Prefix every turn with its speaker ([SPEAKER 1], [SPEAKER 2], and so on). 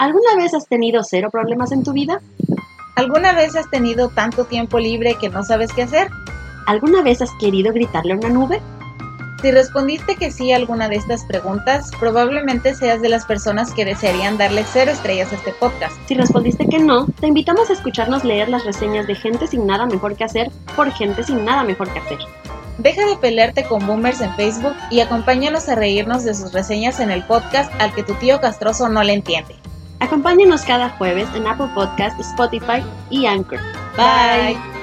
[SPEAKER 1] ¿Alguna vez has tenido cero problemas en tu vida?
[SPEAKER 2] ¿Alguna vez has tenido tanto tiempo libre que no sabes qué hacer?
[SPEAKER 1] ¿Alguna vez has querido gritarle a una nube?
[SPEAKER 2] Si respondiste que sí a alguna de estas preguntas, probablemente seas de las personas que desearían darle cero estrellas a este podcast.
[SPEAKER 1] Si respondiste que no, te invitamos a escucharnos leer las reseñas de Gente sin nada mejor que hacer por Gente sin nada mejor que hacer.
[SPEAKER 2] Deja de pelearte con boomers en Facebook y acompáñanos a reírnos de sus reseñas en el podcast al que tu tío castroso no le entiende.
[SPEAKER 1] Acompáñanos cada jueves en Apple Podcast, Spotify y Anchor. Bye.
[SPEAKER 2] Bye.